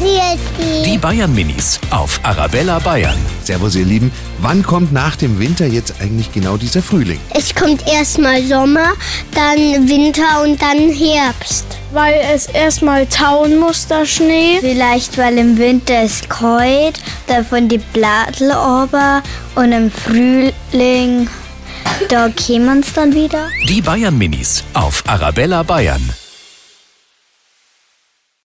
Nils, Die Bayern Minis auf Arabella Bayern. Servus, ihr Lieben. Wann kommt nach dem Winter jetzt eigentlich genau dieser Frühling? Es kommt erstmal Sommer, dann Winter und dann Herbst. weil es erstmal tauen muss, der Schnee. Vielleicht, weil im Winter es kalt, davon die Blattel aber und im Frühling, da kämen es dann wieder. Die Bayern Minis auf Arabella Bayern.